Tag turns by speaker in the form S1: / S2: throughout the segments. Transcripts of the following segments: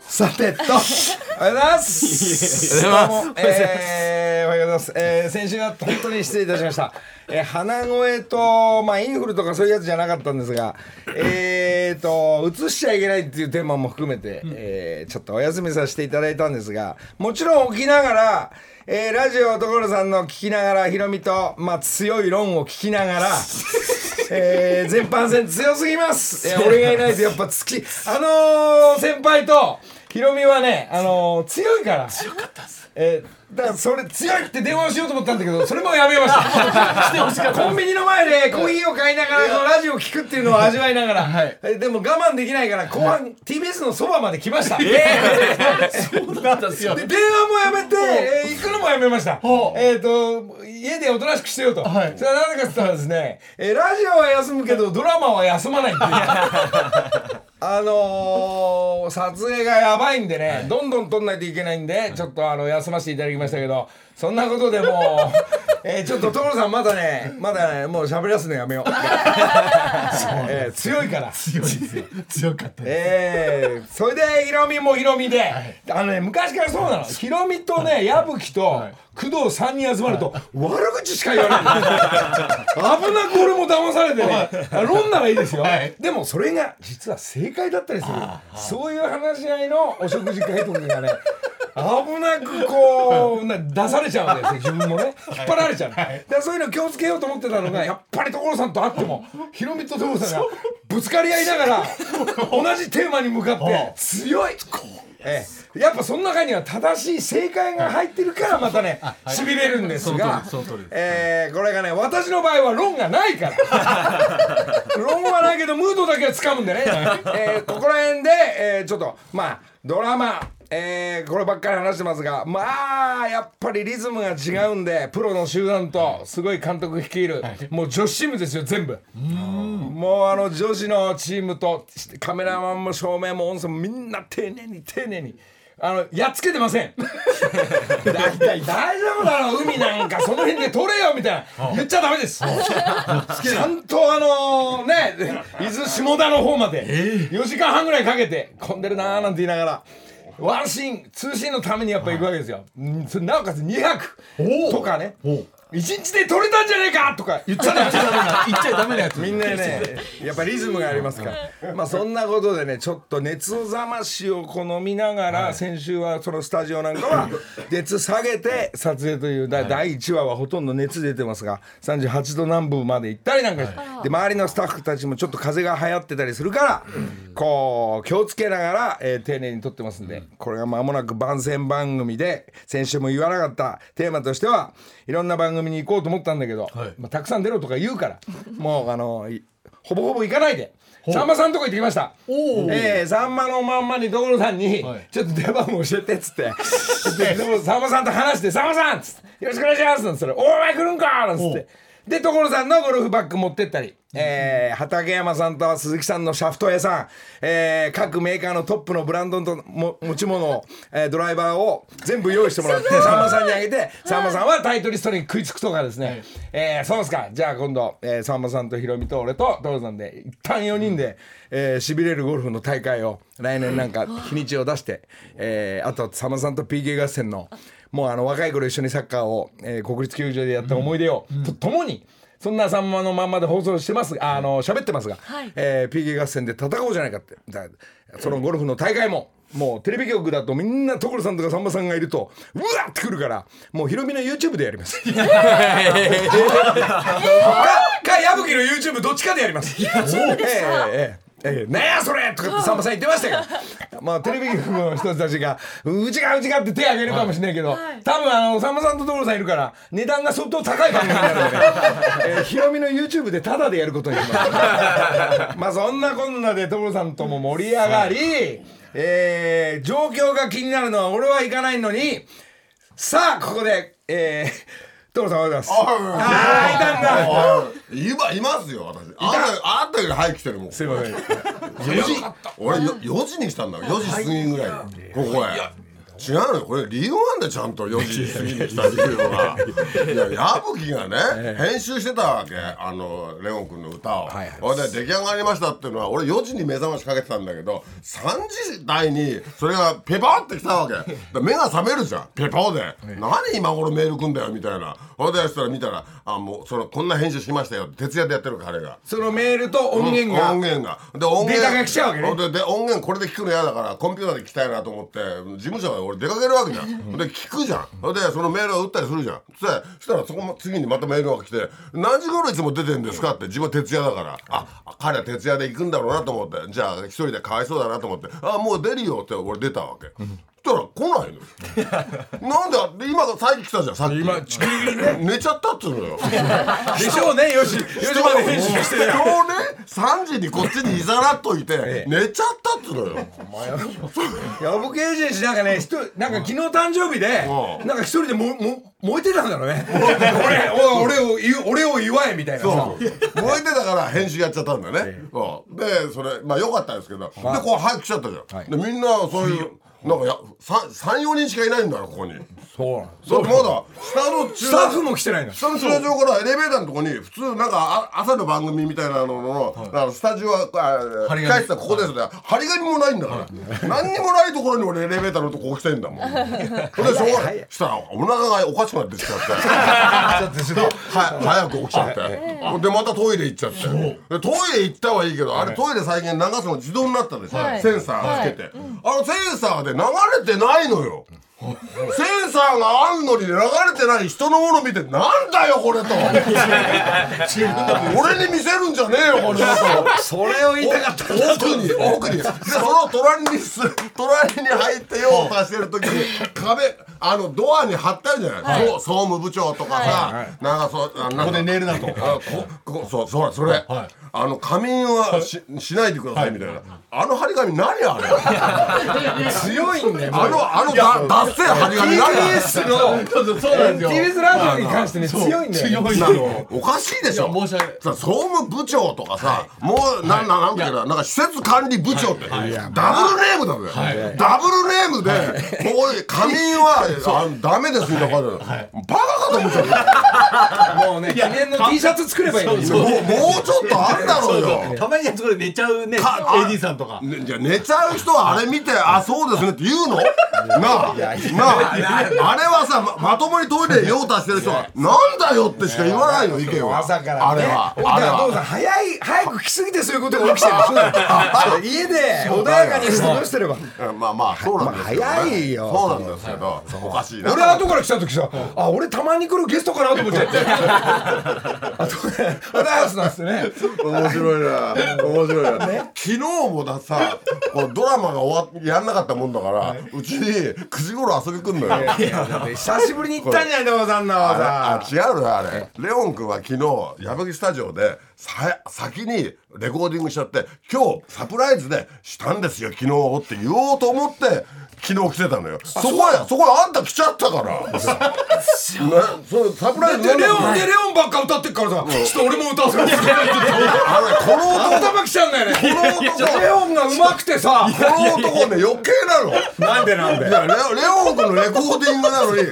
S1: さてと、おはようございます。
S2: おはようございます
S1: どもえーおはようございます。えー先週は本当に失礼いたしました。えー鼻声と、まあ、インフルとかそういうやつじゃなかったんですが、えーと、映しちゃいけないっていうテーマも含めて、えーちょっとお休みさせていただいたんですが、もちろん起きながら、えーラジオ所さんの聞きながら、ひろみと、まあ、強い論を聞きながら、 えー、全般戦強すぎます。いや俺がいないとやっぱつき、あのー、先輩と、ヒロミはね、あのー、強いから。強かったです。えー、だからそれ強いって電話をしようと思ったんだけど、それもやめました。してほしかった。コンビニの前でコーヒーを買いながら、このラジオを聞くっていうのを味わいながら、はい、でも我慢できないから、後半、TBS のそばまで来ました。で電話もやめて、えー行くのもやめました。えっ、と、家でおとなしくしてよと。それはなぜかって言ったらですね、えーラジオは休むけど、ドラマは休まないっていう。 あのー、撮影がやばいんでね、どんどん撮んないといけないんで、ちょっとあの、休ませていただきましたけど、そんなことで もう、えーちょっと所さんまだね、まだね、もう喋らすのやめ よう。えー強いから。
S3: 強いですよ。強かったです。
S1: ええそれでヒロミもヒロミで、あのね昔からそうなのヒロミとね矢吹と、工藤さんに集まると、悪口しか言わないの危なく俺も騙されてねあロンならいいですよ、でもそれが実は正解だったりするそういう話し合いのお食事会とかがね危なくこうな出されちゃうんですよ自分もね引っ張られちゃう、だからそういうの気をつけようと思ってたのがやっぱり所さんと会ってもヒロミと所さんがぶつかり合いながら同じテーマに向かって強いええ、やっぱその中には正しい正解が入ってるからま たねしびれるんですが
S3: その通りその通りです
S1: えーこれがね私の場合は論がないから 論はないけどムードだけは掴むんでね、えーここら辺で、えーちょっとまあドラマえーこればっかり話してますがまあやっぱりリズムが違うんでプロの集団とすごい監督率いる、もう女子チームですよ全部もうあの女子のチームとカメラマンも照明も音声もみんな丁寧に丁寧に。あのやっつけてません大体大丈夫だろ海なんかその辺で取れよみたいな言っちゃダメですちゃんとあのね伊豆下田の方まで4時間半ぐらいかけて混んでるなーなんて言いながらワンシーンツーシーンのためにやっぱ行くわけですよ、うんそれなおかつ2泊とかね1日で取れたんじゃねえかとか言っちゃダメ
S3: 言っちゃダメなやつ。
S1: みんなね、 やっぱリズムがありますから。まあそんなことでね、ちょっと熱を覚ましをこう飲みながら、先週はそのスタジオなんか は、熱下げて撮影という、だ第1話はほとんど熱出てますが、38度南部まで行ったりなんかして、で、周りのスタッフたちもちょっと風邪が流行ってたりするから、こう、気をつけながら、えー丁寧に撮ってますんで、これが間もなく番宣番組で、先週も言わなかったテーマとしては、いろんな番組に行こうと思ったんだけど、
S3: はい
S1: まあ、たくさん出ろとか言うから もうあのいほぼほぼ行かないで。さんまさんとこ行ってきました。えー、さんまのまんまに所さんに、
S3: はい
S1: ちょっと出番も教えてっつって、ででもさんまさんと話して、さんまさんっつって、よろしくお願いしますなんつったら、お前来るんかなんつって。で、所さんのゴルフバッグ持ってったり、えー、畠山さんと鈴木さんのシャフト屋さん、えー、各メーカーのトップのブランドのも持ち物を、えードライバーを全部用意してもらって、さんまさんにあげて、さんまさんはタイトリストに食いつくとかですね、えーそうですか、じゃあ今度、えーさんまさんとひろみと俺と所さんで、一旦4人で、えー、しびれるゴルフの大会を、来年なんか日にちを出して、えーあとさんまさんと PK 合戦の、もうあの若い頃一緒にサッカーを、えー国立球場でやった思い出を、とともにそんなさんまのまんまで放送してますああの喋ってますが、
S4: はい
S1: えー PK 合戦で戦おうじゃないかってだそのゴルフの大会も。もうテレビ局だとみんな所さんとかさんまさんがいるとうわってくるからもうヒロミの YouTube でやりますかか矢吹の YouTube どっちかでやりますええええええ、ねえそれとかってさんまさん言ってま したけどまあテレビ局の人たちが「うちがうちが」って手挙げるかもしれないけど、
S4: はい
S1: 多分あのさんまさんと所さんいるから値段が相当高い番組になるので、 えー、ヒロミの YouTube でタダでやることになり ますまあそんなこんなで所さんとも盛り上がり、えー状況が気になるのは俺は行かないのにさあここでえー、所さんおはようございますあーいたんだ
S5: 今いますよ私あったあったより早く来てるもん
S1: すいません
S5: 4時俺よ4時に来たんだよ4時過ぎぐらいにここへ違うのよこれ理由なんでちゃんと4時過ぎに来た理由はい や矢吹がね編集してたわけあのレオン君の歌を
S1: はいはい
S5: ほいで出来上がりましたっていうのは俺4時に目覚ましかけてたんだけど3時台にそれがペパーってきたわけだから目が覚めるじゃんペパーで何今頃メール来んだよみたいなほいでそしたら見たらあもうそのこんな編集しましたよって徹夜でやってる彼が
S1: そのメールと音源が、
S5: 音源がで音源
S1: データが来ちゃうわけね
S5: でで音源これで聞くの嫌だからコンピューターで聞きたいなと思って事務所へ俺出かけるわけじゃんで聞くじゃんそれでそのメールを打ったりするじゃんそしてそしたらそこも次にまたメールが来て「何時頃いつも出てんですか?」って自分は徹夜だからあ彼は徹夜で行くんだろうなと思ってじゃあ一人でかわいそうだなと思って「あもう出るよ」って俺出たわけ。そしたら来ないのよ なんで今さっき来たじゃんさっき
S1: 今地球儀ね
S5: 寝ちゃったっつうのよ
S1: でしょうねよしよ
S5: 人
S1: しまで編集してる
S5: 今日ね3時にこっちにいざらっといて寝ちゃったっつうのよ
S1: ヤブケージェンシーなんかねひとなんか昨日誕生日で
S5: うん
S1: なんか一人でもも燃えてたんだろうね俺お俺を言う俺を祝えみたいなさ
S5: 燃えてたから編集やっちゃったんだね、うんでそれまあよかったんですけど、でこう早く来ちゃったじゃん、
S1: はい
S5: でみんなそういうなんかや34人しかいないんだよここにだって
S1: そう
S5: まだ下の
S1: スタッ
S5: 中
S1: フも来てないの
S5: 下の駐車場からエレベーターのとこに普通なんかあ朝の番組みたいなのの、なんかスタジオはあ
S3: り紙
S5: 控室はここですね張り紙もないんだから何にもないところに俺エレベーターのとこ来てんだ もんそれでしょうがないしたらお腹がおかしくなってきちゃってはい早く起きちゃってでまたトイレ行っちゃってでトイレ行ったはいいけどあれトイレ最近流すの自動になったでしょ
S2: はい
S5: センサーつけてあのセンサーで流れてないのよセンサーがあるのに流れてない人のもの見てなんだよ これと俺に見せるんじゃねえよこれと
S1: それを言いたかった
S5: 奥に奥にでその隣にす隣に入って用を足してる時に壁あのドアに貼ってあるじゃない、そう総務部長とかさ、なんかそうあなんか
S3: ここで寝るなと
S5: あここそうそうそれ、あの仮眠はししないでくださいみたいな、あの張り紙何あれ
S1: 強いんだよ
S5: あのあのだ脱線張り紙何あれ
S1: TBS の
S3: そうそうそうなんですよ
S1: TBS ラジオに関してね強いんだよね
S3: 強いの
S5: おかしいでしょ
S3: いや申し訳ない
S5: さ総務部長とかさ、もうな、んななんていうかななんか施設管理部長って、ダブルネームだぜ、ダブルネームで、ここに仮眠は、あのダメですみたいな感じで、バカかと思っちゃった
S1: もうね記念の T シャツ作ればいいのに
S5: もうもうちょっとあんだろうよ
S3: たまにはそこで寝ちゃうね
S5: かあ
S3: AD さんとか
S5: ねじゃあ寝ちゃう人はあれ見て「あそうですね」って言うのなあなああれはさままともにトイレで用足してる人は「なんだよ」ってしか言わないよ意見は
S1: 朝から
S5: あれ
S1: ねだ
S5: はあ
S1: か
S5: れ
S1: らど
S5: は
S1: うさん早い早く来すぎてそういうことが起きてるそう家で穏やかに過ごしてれば
S5: うんまあまあそうなんですけど、ね
S1: まあ早いよ
S5: そうなんですけどおかしいな
S1: 俺後から来た時さあ俺たまに来るゲストかなと思っちゃ ってあとねアダイスなんですよね
S5: 面白いな面白いな、昨日もださこうドラマが終わっやんなかったもんだから、うちに9時頃遊び来んのよ
S1: 久しぶりに行ったんじゃないでござんなわ
S5: あ
S1: ざ
S5: れあ違うのよあれレオン君は昨日矢吹スタジオでさ先にレコーディングしちゃって今日サプライズで「したんですよ昨日」って言おうと思って昨日来てたのよそこへそこへあんた来ちゃったから ねそれサプライズ
S1: でレオンでレオンばっか歌ってっからさちょっと俺も歌わせて
S5: あのねこの男
S1: 頭きちゃうんだよね
S5: この男
S1: レオンがうまくてさ
S5: この男ね余計なの
S1: なんでなん
S5: いやレオレオン君のレコーディングなのに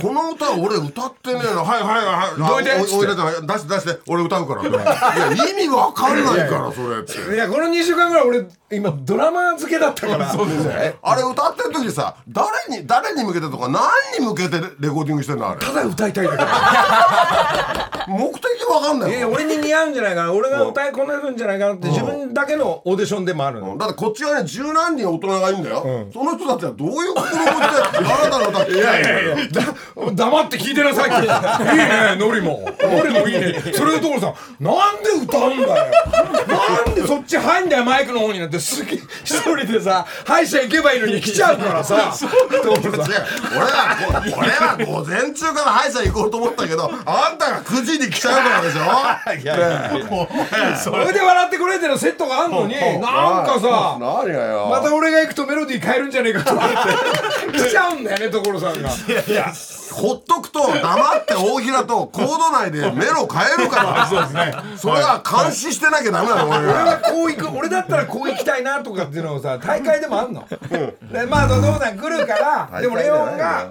S5: この歌俺歌ってねえのはいはいはいはい
S1: どいて
S5: あ
S1: っつって
S5: おおいで出して出して俺歌うからいや意味わかんないからそれって
S1: いやこの2週間ぐらい俺今ドラマ漬けだったからそうですね
S5: あれ歌ってる時さ誰に誰に向けてとか何に向けてレコーディングしてんのあれ
S1: ただ歌いたいだから
S5: 目的わかんないい
S1: やい
S5: よ
S1: や俺に似合うんじゃないかな俺が歌いこなるんじゃないかなって自分だけのオーディションでもあるの
S5: だってこっち側に十何人大人がいるんだよ、その人たちはどういう心持ちであなたの歌聞きたいんだよ
S1: だ黙って聞いてなさいいいねノリもノリもいいねそれどころさなんで歌うんだよなんでそっち入んだよマイクの方になってすげえ一人でさ歯医者行けばいいのに来ちゃうからさ所さん
S5: 違う俺はこ俺は午前中から歯医者行こうと思ったけどあんたが9時に来ちゃうからでしょ
S1: それで笑ってくれてるセットがあんのになんかさ
S5: 何がよ
S1: また俺が行くとメロディー変えるんじゃねえかと思って来ちゃうんだよね所さんが
S5: ほっとくと黙って大平とコード内でメロ変えるからそうですねそれは監視してなきゃダメなの俺
S1: 俺は
S5: が
S1: コーこう行く俺だったらこう行きたいなとかっていうのをさ大会でもあんの、でまあどうなん来るからでもレオンが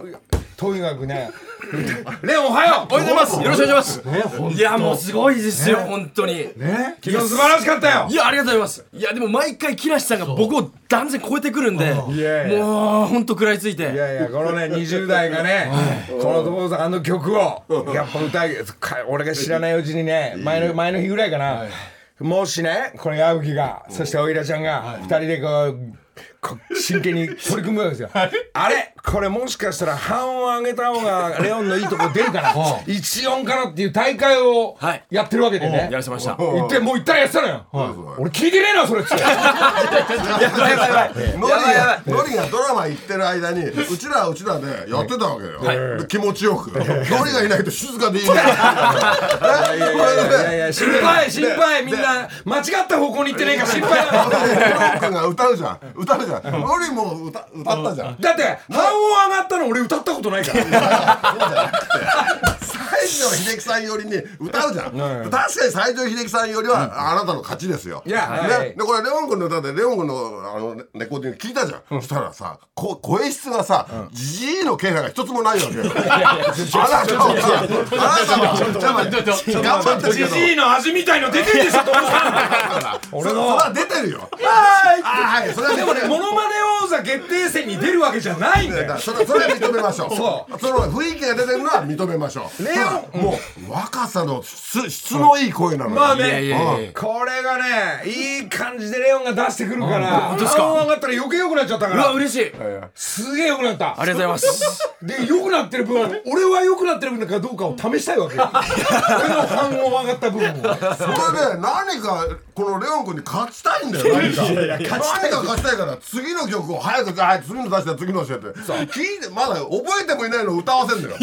S1: とにかくね「レオンおはよう!」
S2: おはようございますよろしくお願いしますいやもうすごいですよ本当に
S1: ね昨日素晴らしかったよ
S2: いやありがとうございますいやでも毎回木梨さんが僕を断然超えてくるんでも
S1: いやいや
S2: う本当食らいつい
S1: い
S2: て
S1: やいやこの ね20代がねこの所さんあの曲をやっぱ歌いか俺が知らないうちにね前の前の日ぐらいかなもしねこの矢吹がそしておいらちゃんが2人でこうこう真剣に取り組むわけですよあれこれもしかしたら半音上げた方がレオンのいいとこ出るから1音からっていう大会を
S2: はい
S1: やってるわけでね
S2: やらせました
S1: 行ってもう行ったらやってたのよ俺聞いてねえなそれっつって
S5: やばいやばいやばいノリ
S3: やばいや
S5: がノリがドラマ行ってる間にうちらはうちらでやってたわけよ、で気持ちよくノリがいないと静かでいいんだよ
S1: いやいやいや心配心配みんな間違った方向に行ってねえか心配だな
S5: レオン君が歌うじゃん歌うじゃんノリも歌歌ったじゃん
S1: だって半音上がったの俺歌ったことないから
S5: 西城秀樹さんよりに歌うじゃん確かに西城秀樹さんよりはあなたの勝ちですよ
S1: いや
S5: ね
S1: はい
S5: でこれレオン君の歌でレオン君のあのレコーディング聞いたじゃんそしたらさこ声質がさじじいの気配が一つもないわけよあなたはさあなたはちょっと待って頑張ってるけど
S1: じいの味みたいの出てるでしょ所さん
S5: そ
S1: 俺
S5: れ
S1: の
S5: は出てるよあ
S1: は
S5: はいそれ
S1: ー
S5: は
S1: いでも ね
S5: 出てる
S1: モノマネ王座決定戦に出るわけじゃないんだ
S5: だか
S1: よ
S5: らそれそれは認めましょう
S1: そ
S5: その雰囲気が出てるのは認めましょう
S1: レオ
S5: ンもう若さの質質のいい声なのよ
S1: まあ
S2: いやい
S1: ね
S2: やいや
S1: これがねいい感じでレオンが出してくるから半音上がったら余計良くなっちゃったか
S2: うわ
S1: ら
S2: 嬉しい
S1: すげえ良くなった
S2: ありがとうございます
S1: で良くなってる分俺は良くなってる分かどうかを試したいわけよ俺の半音上がった部分を。
S5: それで何かこのレオン君に勝ちたいんだよ何か何か勝ちたいから次の曲を早くあ次の出して次の出してって聞いてまだ覚えてもいないのを歌わせんだよ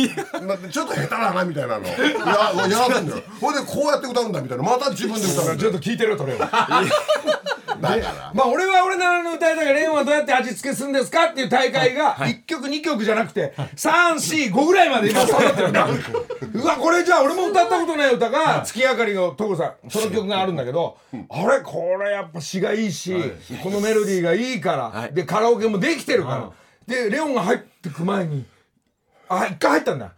S5: だってちょっと下手だなみたいなのややらせん だよほいでこうやって歌うんだみたいなまた自分で歌うんだ
S1: ちょ
S5: よ
S1: っと聞いてるよ、それを。
S5: だから
S1: まあ、俺は俺なりの歌いだから、レンはどうやって味付けするんですかっていう大会が、1曲、2曲じゃなくて、3、4、5ぐらいまで今、下がってるんだ。 うわ、これじゃあ、俺も歌ったことない歌が、月明かりの所さん、その曲があるんだけど、あれ、これやっぱ詩がいいし、このメロディーがいいから、で、カラオケもできてるから。で、レオンが入ってく前に、あ、一回入ったんだ。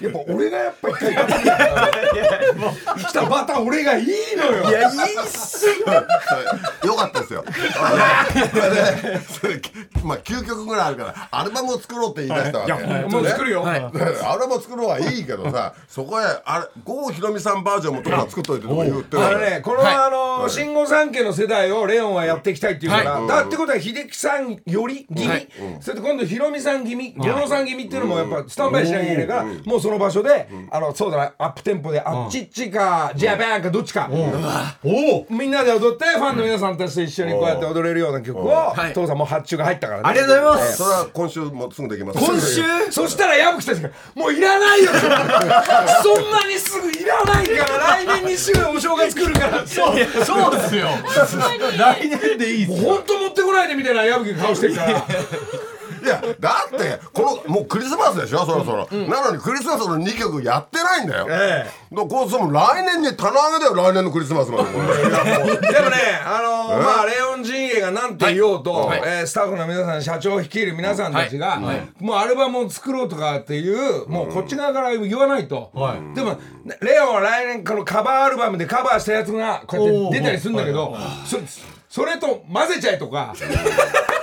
S1: やっぱ俺がやっぱ一回入ったんだ。 生きたバター俺がいいのよ。
S2: いやいいっす
S5: それよかったですよあの これねそれまあ9曲ぐらいあるからアルバムを作ろうって言い出したわけ
S1: もう作るよ。
S5: だからアルバム作るのはいいけどさそこへあれ郷ひろみさんバージョンもとか作っといてとか言ってる
S1: あのね、この、あの、慎吾三家の世代をレオンはやっていきたいっていうから、
S2: は
S1: だってことは秀樹さんより気味、
S2: はい
S1: それで今度ひろみさん気味、レオンさん気味っていうのもやっぱスタンバイしなきゃいけないから、もうその場所で、あの、そうだな、アップテンポで、あっちっちか、ジャパンかどっちか、
S3: おお
S1: みんなで踊って、ファンの皆さんたちと一緒にこうやって踊れるような曲を、
S2: はい
S1: 父さんもう発注が入ったからね。
S3: ありがとうございま
S5: そ
S3: す
S5: れは今週もすぐできます
S2: 今週
S1: そしたら矢吹たちが「もういらないよ」そんなにすぐいらないから来年にすぐお正月来るから そう
S3: そうですよ来年でいいっす
S1: 本当持ってこないでみたいな矢吹が顔してるから
S5: いやだってこのもうクリスマスでしょそろそろ、なのにクリスマスの2曲やってないんだよ、
S1: え
S5: だからこうその来年に棚上げだよ来年のクリスマスまでこれいやもう
S1: でもね、あのーまあ、レオン陣営が何て言おうと、
S2: はい
S1: えースタッフの皆さん、社長を率いる皆さんたちが、
S2: はいはい
S1: もうアルバムを作ろうとかっていう、もうこっち側から言わないと。
S3: はい
S1: でも、ねレオンは来年、このカバーアルバムでカバーしたやつが、こうやって出たりするんだけど、そそれと混ぜちゃえと か、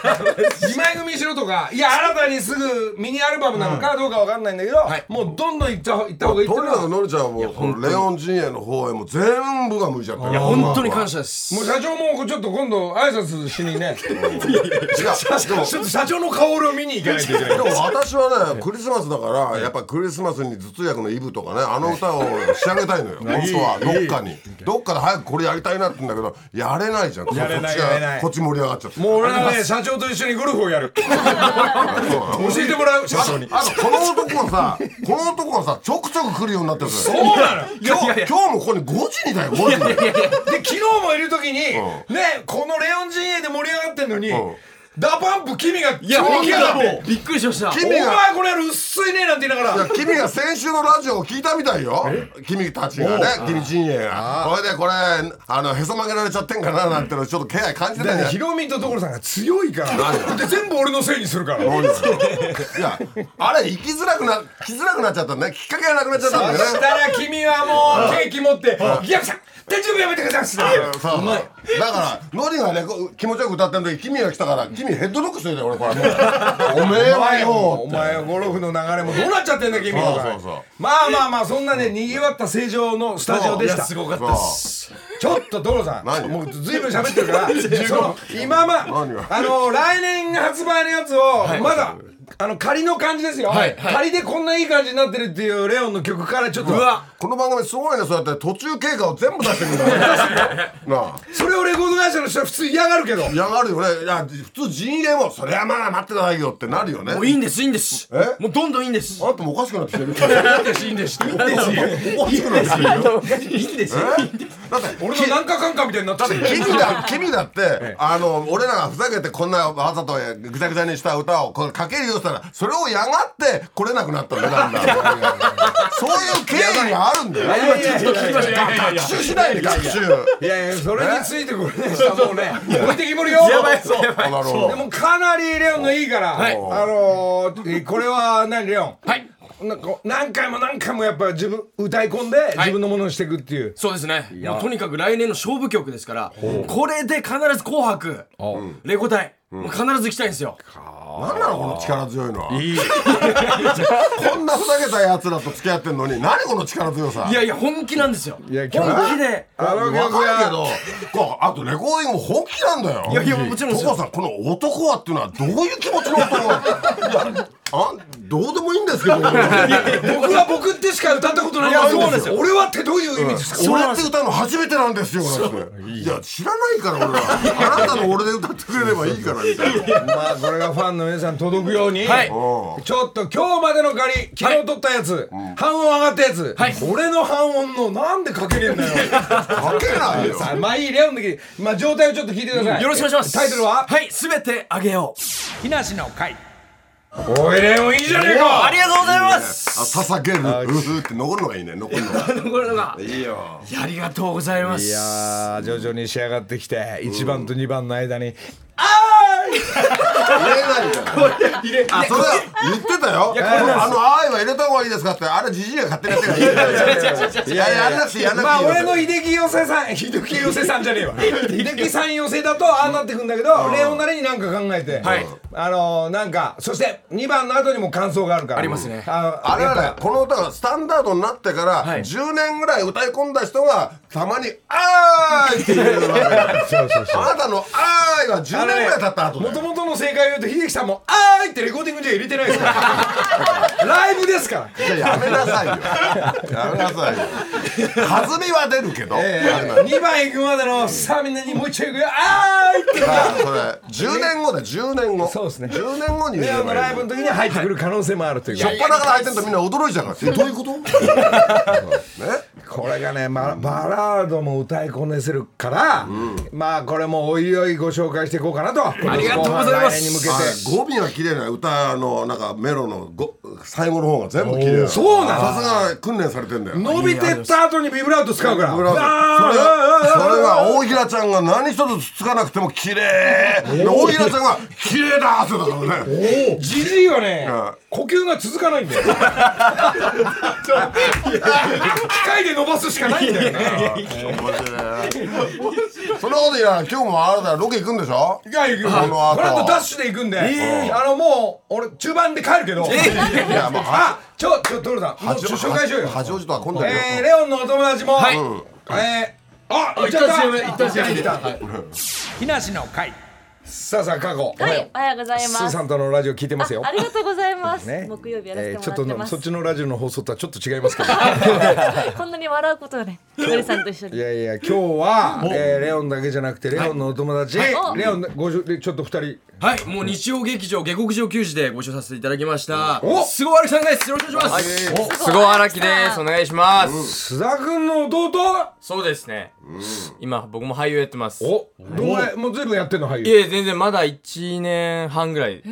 S1: 2枚組にしろとか、いや、新たにすぐミニアルバムなのかどうかわかんないんだけど、
S2: い
S1: もうどんどんいっちゃいった方がいいっていうの
S5: とに
S1: は
S5: かくのりちゃんはもうそのレオン陣営の方へもう全部が向いちゃったい
S2: いや本当に感謝です
S1: もう社長もちょっと今度挨拶しに ね。
S5: でも
S1: ちょっと社長の顔を見に行かないといけない。
S5: でも私はねクリスマスだからやっぱクリスマスに頭痛薬のイブとかねあの歌を仕上げた いのよ本当はどっかにどっかで早くこれやりたいなって言うんだけどやれないじゃん
S1: やれない
S5: そっちが
S1: やれない
S5: こっち盛り上がっちゃっ て
S1: もう俺はね、社長と一緒にゴルフをやる。教えてもらう、社
S5: あ
S1: 長に。
S5: とあとこの男はさこの男はさちょくちょく来るようになってる
S1: そう
S5: のよ
S1: なの。
S5: 今日今日もここに5時にだよ5時に
S1: で、昨日もいるときに、ね、このレオン陣営で盛り上がってんのに、
S5: ん
S1: ダパンプ君が
S2: いや、
S1: 急に
S2: 本
S1: 来やがっ
S2: 当だ
S1: て。
S2: びっくりしました。
S1: お
S5: 君が
S1: 前これやる薄いねなんて言いなが
S5: い
S1: ら
S5: や君が先週のラジオを聞いたみたいよ君たちがね君陣営がそれでこれあのへそ曲げられちゃってんかななんてのちょっと気配感じてた
S1: だ
S5: ん
S1: から
S5: じゃな
S1: ヒ
S5: い
S1: ロミンと所さんが強いからで全部俺のせいにするから
S5: どういういやあれ行きづらくな聞きづらくなっちゃったねきっかけがなくなっちゃっ
S1: そ
S5: たんだよ
S1: し
S5: ね
S1: たら君はもうケーキ持って「ギャクさん大丈夫やめてください」って
S5: そうそうだからノリがねこう気持ちよく歌ってる時君が来たから君ヘッドロックしてるよ俺これもうおめえ
S1: お
S5: は
S1: 前
S5: よ
S1: お前ゴルフの流れもどうなっちゃってんだ君
S5: そうそうそう
S1: まあまあまあそんなねにぎわった成城のスタジオでし
S2: い
S1: た
S2: やすごかった
S5: そ
S1: ち
S5: う
S1: ょっと所さ
S5: 何
S1: んもうずいぶん喋ってる からその今ま
S5: 何が
S1: あの来年発売のやつをまだあの仮の感じですよ
S2: はいはい
S1: 仮でこんないい感じになってるっていうレオンの曲からちょっと
S2: うわ、
S5: この番組すごいねそうやって途中経過を全部出してくるんだねなあ
S1: それをレコード会社の人は普通嫌がるけど
S5: 嫌がるよねいや普通陣営もそれはまあ待ってくださいよってなるよね
S2: もういいんです、いいんです
S5: え。
S2: もうどんどんいいんです。
S5: あなたもおかしくなってきてる
S2: いいんです、いいんです。いいんです。
S5: おかしくなってきてるよ
S2: いいんです。
S5: だって
S1: 俺のなんかかんかみたいになってる
S5: 君だ君だってあの俺らがふざけてこんなわざとぐちゃぐちゃにした歌をこれかけるようしたらそれをやがって来れなくなったんだよ なんだそういう経緯があるんだよ
S1: いやいやいやいや
S3: いやいやいや
S5: 学習しないで学習
S1: いやいやそれについてこれね したもうね置いてきぼりよ
S2: やばい、そう。
S5: あなるほ
S1: で
S5: ど
S1: もかなりレオンのいいから、
S2: はい
S1: あのーこれは何レオン
S2: はい。
S1: なんか何回も何回もやっぱ自分歌い込んで自分のものにしていくっていう、
S2: そうですね。もうとにかく来年の勝負曲ですから、これで必ず紅白、レコ大、もう必ず行きたいんですよ。
S5: 何なのこの力強いのはこんなふざけたやつらと付き合ってんのに何この力強さ
S2: いやいや、本気なんですよ。
S1: いや
S2: 本
S1: 今日
S2: 気で。
S1: あの
S5: わ
S1: 曲
S5: かるけ
S1: は
S5: どこうあとレコーディングも本気なんだよ
S2: いやいやもちろんですよ
S5: 所さんこの男はっていうのはどういう気持ちの男はいやあどうでもいいん ですけど俺
S1: 僕は僕ってしか歌ったことない
S2: いやそうなんですよ
S1: 俺はってどういう意味ですか、
S2: そうなん
S5: って
S2: です
S5: 歌うの初めてなんですよなんていや知らないから俺はあなたの俺で歌ってくれればいいからみたいな
S1: まあこれがファンの皆さん届くように、
S2: はい。
S5: うん
S1: ちょっと今日までの借り昨日取ったやつ、半音上がったやつ、
S2: はい
S1: 俺の半音のなんでかけれんだよ
S5: かけないよ
S1: さあまあいいレオンの時まあ状態をちょっと聞いてください、
S2: よろしくお願いします。
S1: タイトルは
S2: はい、すべてあげよう。
S1: 「木梨の会」おいレオンいいじゃねえか
S2: ありがとうございます。
S5: あ捧げるうふって残るのがいいね残る のが
S2: これのが。
S5: いいよ
S2: いやありがとうございます。
S1: いやー徐々に仕上がってきて1番と2番の間に「あーい!」
S5: 入れないからあそれは言ってたよあの「あーい」は入れた方がいいですかってあれじじいが勝手にやってるからいいいややんなくていいやんな
S1: まあ
S5: くていいよ
S1: 俺の秀樹寄せさん秀樹寄せさんじゃねえわ 秀樹さん寄せだとああなってくんだけどレオンなりになんか考えて
S2: はい
S1: あのーなんかそして2番の後にも感想があるから
S2: ありますね
S1: あの
S5: あれ
S1: や
S5: は
S1: っぱ
S5: ねこの歌がスタンダードになってから
S2: はい
S5: 10年ぐらい歌い込んだ人がたまに「あーい」って言うわ けあなたの「あーい」は10年ぐらい経った後
S1: も
S5: だ
S1: と
S5: よ
S1: もとの正解を言うと秀樹さんも「あーい!」ってレコーディングじゃ入れてないですからライブですから
S5: じゃあやめなさいよやめなさいよ弾みは出るけどあの
S1: 2番行くまでのさあみんなにもう一度行くよ「あーい!」って
S5: だからそれ10年後だよ10年後
S1: そうですね
S5: 10年後に言
S1: レ
S5: え
S1: オンの
S5: ば
S1: ラ
S5: い
S1: イ
S5: い
S1: ブの時に入ってくる可能性もあるという
S5: しょっぱなから入ってんとみんな驚いちゃうからえどういうことね
S1: これがね、ま、バラードも歌いこねせるから、まあこれもおいおいご紹介していこうかなとあ
S2: りがとうございます
S1: に向けて、
S5: はい語尾が綺麗な歌のなんかメロのご最後の方が全部綺麗
S1: そうなの
S5: さすが訓練されてんだよそれ
S1: 伸びてった後にビブラート使うから
S5: がそれが大平ちゃんが何一つつかなくても綺麗で大平ちゃんが綺麗だって言ったからね
S1: じじいはね
S5: うん
S1: 呼吸が続かないんだよ機械で伸ばすしかないんだよね
S5: そんなこと言いながら今日もあなたロケ行くんでしょ
S1: いやいや
S5: この後
S1: これとダッシュで行くんで、あのもう俺中盤で帰るけど、
S5: いやもうは
S1: あちょちょトルさんもうちょ紹介しようよ
S5: 八王子とは今度
S1: えー、レオンのお友達も、
S2: は
S1: え
S2: い
S1: ー、あ、行っちゃった
S2: 行ったしやめ
S1: 行っちゃった木梨の会さあさあ過去
S4: はい、おはようござい
S1: スー
S4: ます。
S1: さんとのラジオ聞いてますよ
S4: あありがとうございます。
S1: ね
S4: 木曜日やらせ
S1: えーちょってと
S4: もらって
S1: の
S4: ま
S1: そ
S4: す
S1: っ。ちのラジオの放送とはちょっと違います けど
S4: こんなに笑うことはね、のりさんと一緒
S1: い
S4: に。
S1: やいや今日は、えーレオンだけじゃなくてレオンのお友達、
S4: い
S1: レオンのごじゅちょっと二人
S2: はい、もう日曜劇場、下克上球児でご一緒させていただきました。
S1: お
S2: すごい、アレさんです。よろしくお願いします。
S6: すごい荒木です。お願いします。
S1: 須田君の弟
S6: そうですね。今、僕も俳優やってます。い
S1: おどれもう随分やってんの俳優
S6: え、全然まだ1年半ぐらいで。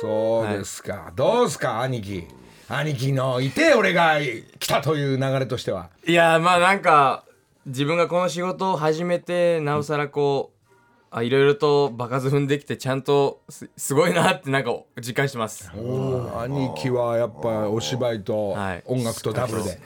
S1: そうですか、どうですか兄貴兄貴のいて俺が来たという流れとしてはい
S6: やー、まあなんか、自分がこの仕事を始めて、なおさらこう、あいろいろと場数踏んできて、ちゃんとすすごいなってなんか実感してます。
S1: 兄貴はやっぱお芝居と
S6: はい
S1: 音楽とダブルで、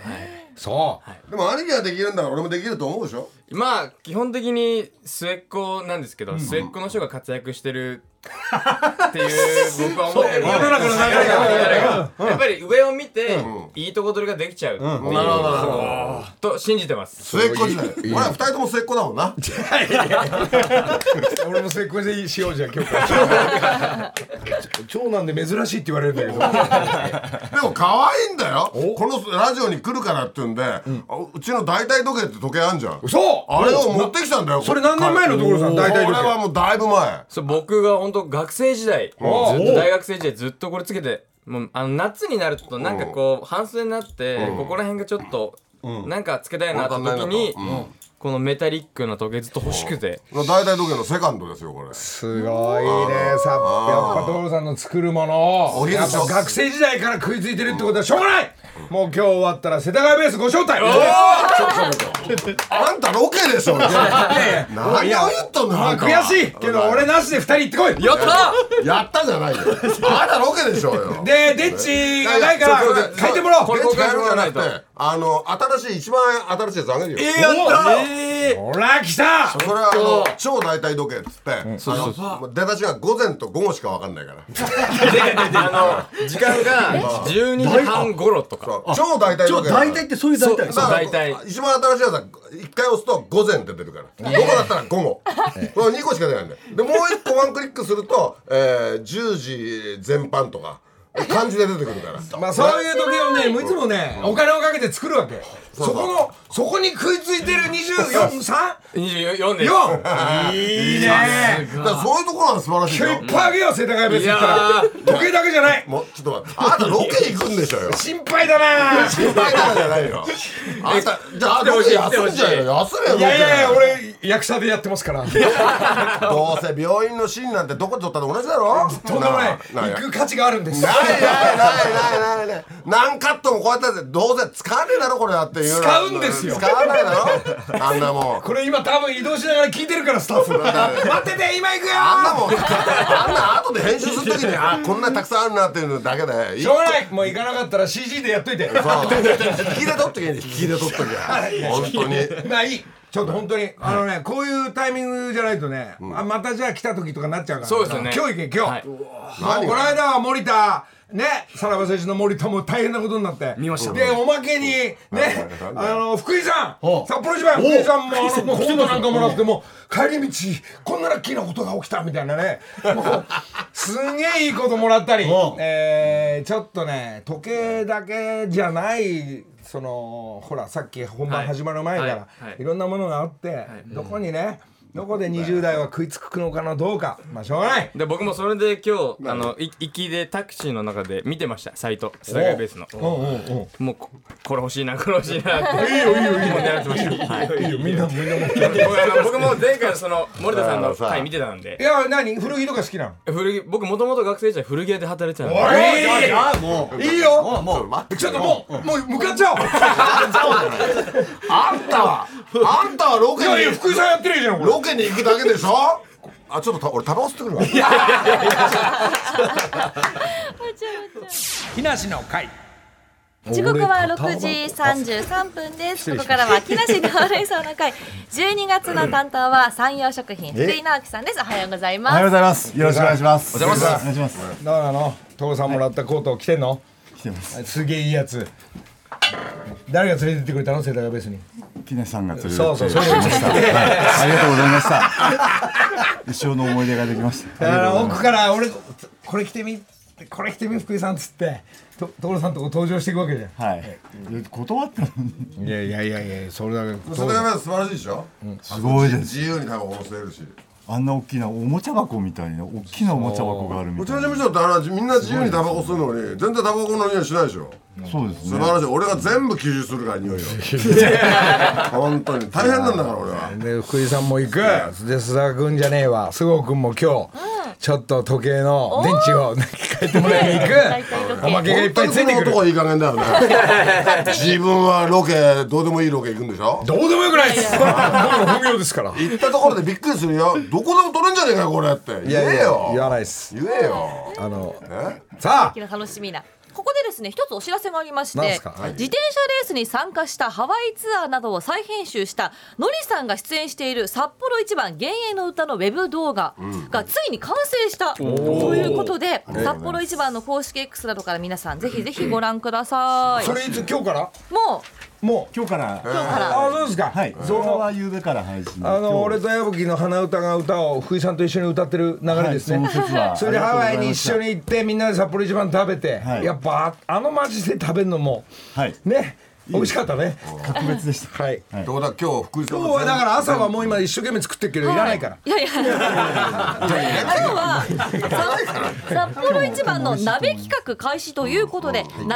S1: そう、
S5: でも兄貴ができるんだから俺もできると思うでしょ
S6: まあ基本的に末っ子なんですけど、末っ子の人が活躍してるって いう僕は思ってる世の中の流れがやっぱり上を見て、いいとこ取りができちゃう、なるほどと信じてます
S5: 末っ子時代俺ら二人とも末っ子だもんな
S1: 俺も成婚しようじゃん今日長男で珍しいって言われるんだけど
S5: でも可愛いんだよこのラジオに来るからって言うんで、あうちの大体時計って時計あんじゃん
S1: 嘘
S5: あれを持ってきたんだよ
S1: それ何年前のところさん
S5: 大
S1: 大
S5: 体
S1: 体
S5: これはもうだいぶ前
S6: そう僕が本当学生時代ずっと
S1: おう
S6: 大学生時代ずっとこれつけてもうあの夏になるとなんかこう半袖になって、ここら辺がちょっと、なんかつけたいなって時に、このメタリックな時計ずっと欲しくて、
S5: 大体時計のセカンドですよこれ
S1: すごいねさやっぱ所さんの作るものを
S5: お昼
S1: やっぱ学生時代から食いついてるってことはしょうがないもう今日終わったら世田谷ベースご招待
S5: あんたロケでしょ 何を言っとんの
S1: あ
S5: あんた
S1: 悔
S5: は
S1: しいけど俺なしで2人行ってこい
S6: やったー
S5: やったじゃないよあんたロケでしょうよ
S1: でデッチがないから
S5: そうそうそう
S1: 書いてもらおう
S6: これ
S5: 電池変えるんじゃなく
S6: これ交換してもらわない
S5: てあの新しい一番新しいやつあげるよ
S6: えー、やったえ
S1: ほら来た
S5: それはあの超大体時計っつって、あの出だしが午前と午後しか分かんないから
S6: あの時間が12時半頃とか
S5: そう超大体時計だから
S3: 大体ってそういう大体
S5: だから
S6: 大体
S5: 一番新しいやつは一回押すと午前って出るから午後だったら午後この2個しか出ないんだよでもう一個ワンクリックすると、えー、10時全般とか漢字で出てくるから
S1: まあ そういう時をねもういつもねお金をかけて作るわけそこのそこに食いついてる243
S6: 24で
S1: いいね
S5: だからそういうところが素晴らしい
S1: 今日い
S5: よ
S1: っぱいあげよう世田谷ベース行った
S6: いや
S1: ら時計だけじゃない
S5: もうちょっと待ってあなたロケ行くんでしょうよ
S1: 心配だな
S5: 心配だからじゃないよあんたじゃあロケ休んじゃうよ休めよロ
S1: い
S5: ケ
S1: やいやいや俺役者でやってますから
S5: どうせ病院のシーンなんてどこで撮ったの同じだろ
S1: とんでもない
S5: な
S1: 行く価値があるんです
S5: ないないないないないない何カットもこうやってやってどうせ使わねえだろこれはっていう
S1: 使うんですよ
S5: 使わないだろあんなもん
S1: これ今多分移動しながら聞いてるからスタッフ待ってて今行くよ
S5: あんなもんあんな後で編集するときにあこんなたくさんあるなっていうのだけで
S1: しょうがないもう行かなかったら CG でやっといて
S5: そう引きで撮っときに引きで撮っときゃ本当に
S1: まあいいちょっと本当に、あのねこういうタイミングじゃないとね、あまたじゃあ来た時とかなっちゃうから
S6: そうですよね
S1: 今日行け今日、
S6: はい
S1: もうこの間は森田ねさらば選手の森田も大変なことになって見ましたでおまけにねあの福井さん札幌市場の福井さんもあのもうコートなんかもらってもう帰り道こんなラッキーなことが起きたみたいなねもうすげえいいこともらったり、えーちょっとね時計だけじゃないそのほらさっき本番始まる前から、
S6: はいいはい
S1: ろんなものがあって、どこにねどこで20代は食いつくのかなどうかまあしょうがない
S6: で僕もそれで今日あのい行きでタクシーの中で見てましたサイト世田谷ベースのもうここれ欲しいなこれ欲しいなっていいよいいよいいよ狙ってましたはい
S1: いいよみんなみんなも
S6: 僕あの僕も前回のその森田さんの回見てたん
S1: い
S6: で
S1: や何古着とか好きなの
S6: 古着僕もともと学生時代古着屋で働いてたんで
S1: おい
S3: あも
S1: いいよ
S5: もう待って
S1: ちょっともう、もう向かっちゃおう
S5: あんたはあんたはロケ
S1: いやいや
S5: に
S1: 福井さんやってるじゃんこれ
S5: ロケに行くだけでしょあちょっとた俺タバコ吸ってくるわ
S1: 木梨の会
S4: 時刻は6時33分です。ここからは木梨のレイソーの会。12月の担当は山陽食品福井直樹さんです。おはようござい
S3: おはよ
S4: ま
S3: うございますよろしくお願いしますお
S6: おはようございます
S3: お願いします
S1: だからあの所さんもらったコート着てんの、
S3: 来てます
S1: すげえいいやつ誰が連れてってくれたの世田谷ベースに
S3: 木梨さんが釣れる
S1: そうそう
S3: って言ってくれましたはいありがとうございました一生の思い出ができました
S1: だ
S3: あ
S1: か
S3: りがと
S1: ら
S3: うございます
S1: 奥から俺これ着てみこれ着てみ福井さんっつってと所さんとこ登場していくわけじゃ
S3: はいいや断ったのに
S1: んいやいやいやいやそれだけ
S5: それが素晴らしいでしょ
S3: すごいです
S5: 自由にタバコも吸えるし
S3: あんな大きなおもちゃ箱みたいな大きなおもちゃ箱がある
S5: う
S3: み
S5: ちの
S3: たい
S5: 事
S3: な
S5: 務所ってあれみんな自由にタバコ吸うのに全然タバコの匂いしないでしょ
S3: そうです
S5: 素
S3: ね
S5: 晴らしい俺が全部吸収するから匂いを本当に大変なんだから俺は
S1: で福井さんも行くで須田君じゃねえわ須郷君も今日、ちょっと時計の電池を変えてもらいに行
S4: 大体時
S1: く
S4: 計
S1: おまけがいっぱいついてく
S5: 本当にこの
S1: る
S5: 男いい加減だよね自分はロケどうでもいいロケ行くんでしょ
S1: どうでもよくないです僕の本業ですから
S5: 行ったところでびっくりするよどこでも取れんじゃねえかよこれって言えよ
S1: 言わないです
S5: 言えよ
S1: あの
S5: ね
S1: さあ
S4: 楽しみなここでですね一つお知らせがありまして
S1: なん
S4: 自
S1: す
S4: 転
S1: か
S4: 車
S1: はい
S4: レースに参加したハワイツアーなどを再編集したのりさんが出演している札幌一番幻影の歌のウェブ動画がついに完成したということで札幌一番の公式 X などから皆さんぜひぜひご覧ください
S1: それいつ今日から
S4: も
S1: もう
S3: 今日から
S4: う今日から
S1: あそうですか
S3: はい
S1: そ
S3: 動画
S1: の
S3: は夕べから配信
S1: あの俺
S3: と
S1: と矢吹の花歌が歌を福井さんと一緒に歌ってる流れですね、
S3: はいその節は
S1: それでハワイに一緒に
S3: に
S1: 行ってみんなで札幌一番食べて、
S3: はい
S1: やっぱああの街で食べるのも
S3: はい
S1: ね美味しかったね
S3: 特別でした
S1: はい
S5: ってことは今日福井さん
S1: 今
S5: が
S1: 日はだから朝はもう今一生懸命作ってるけどいらないから
S4: ういやいや今日はさ札幌一番の鍋企画開始ということで鍋つゆい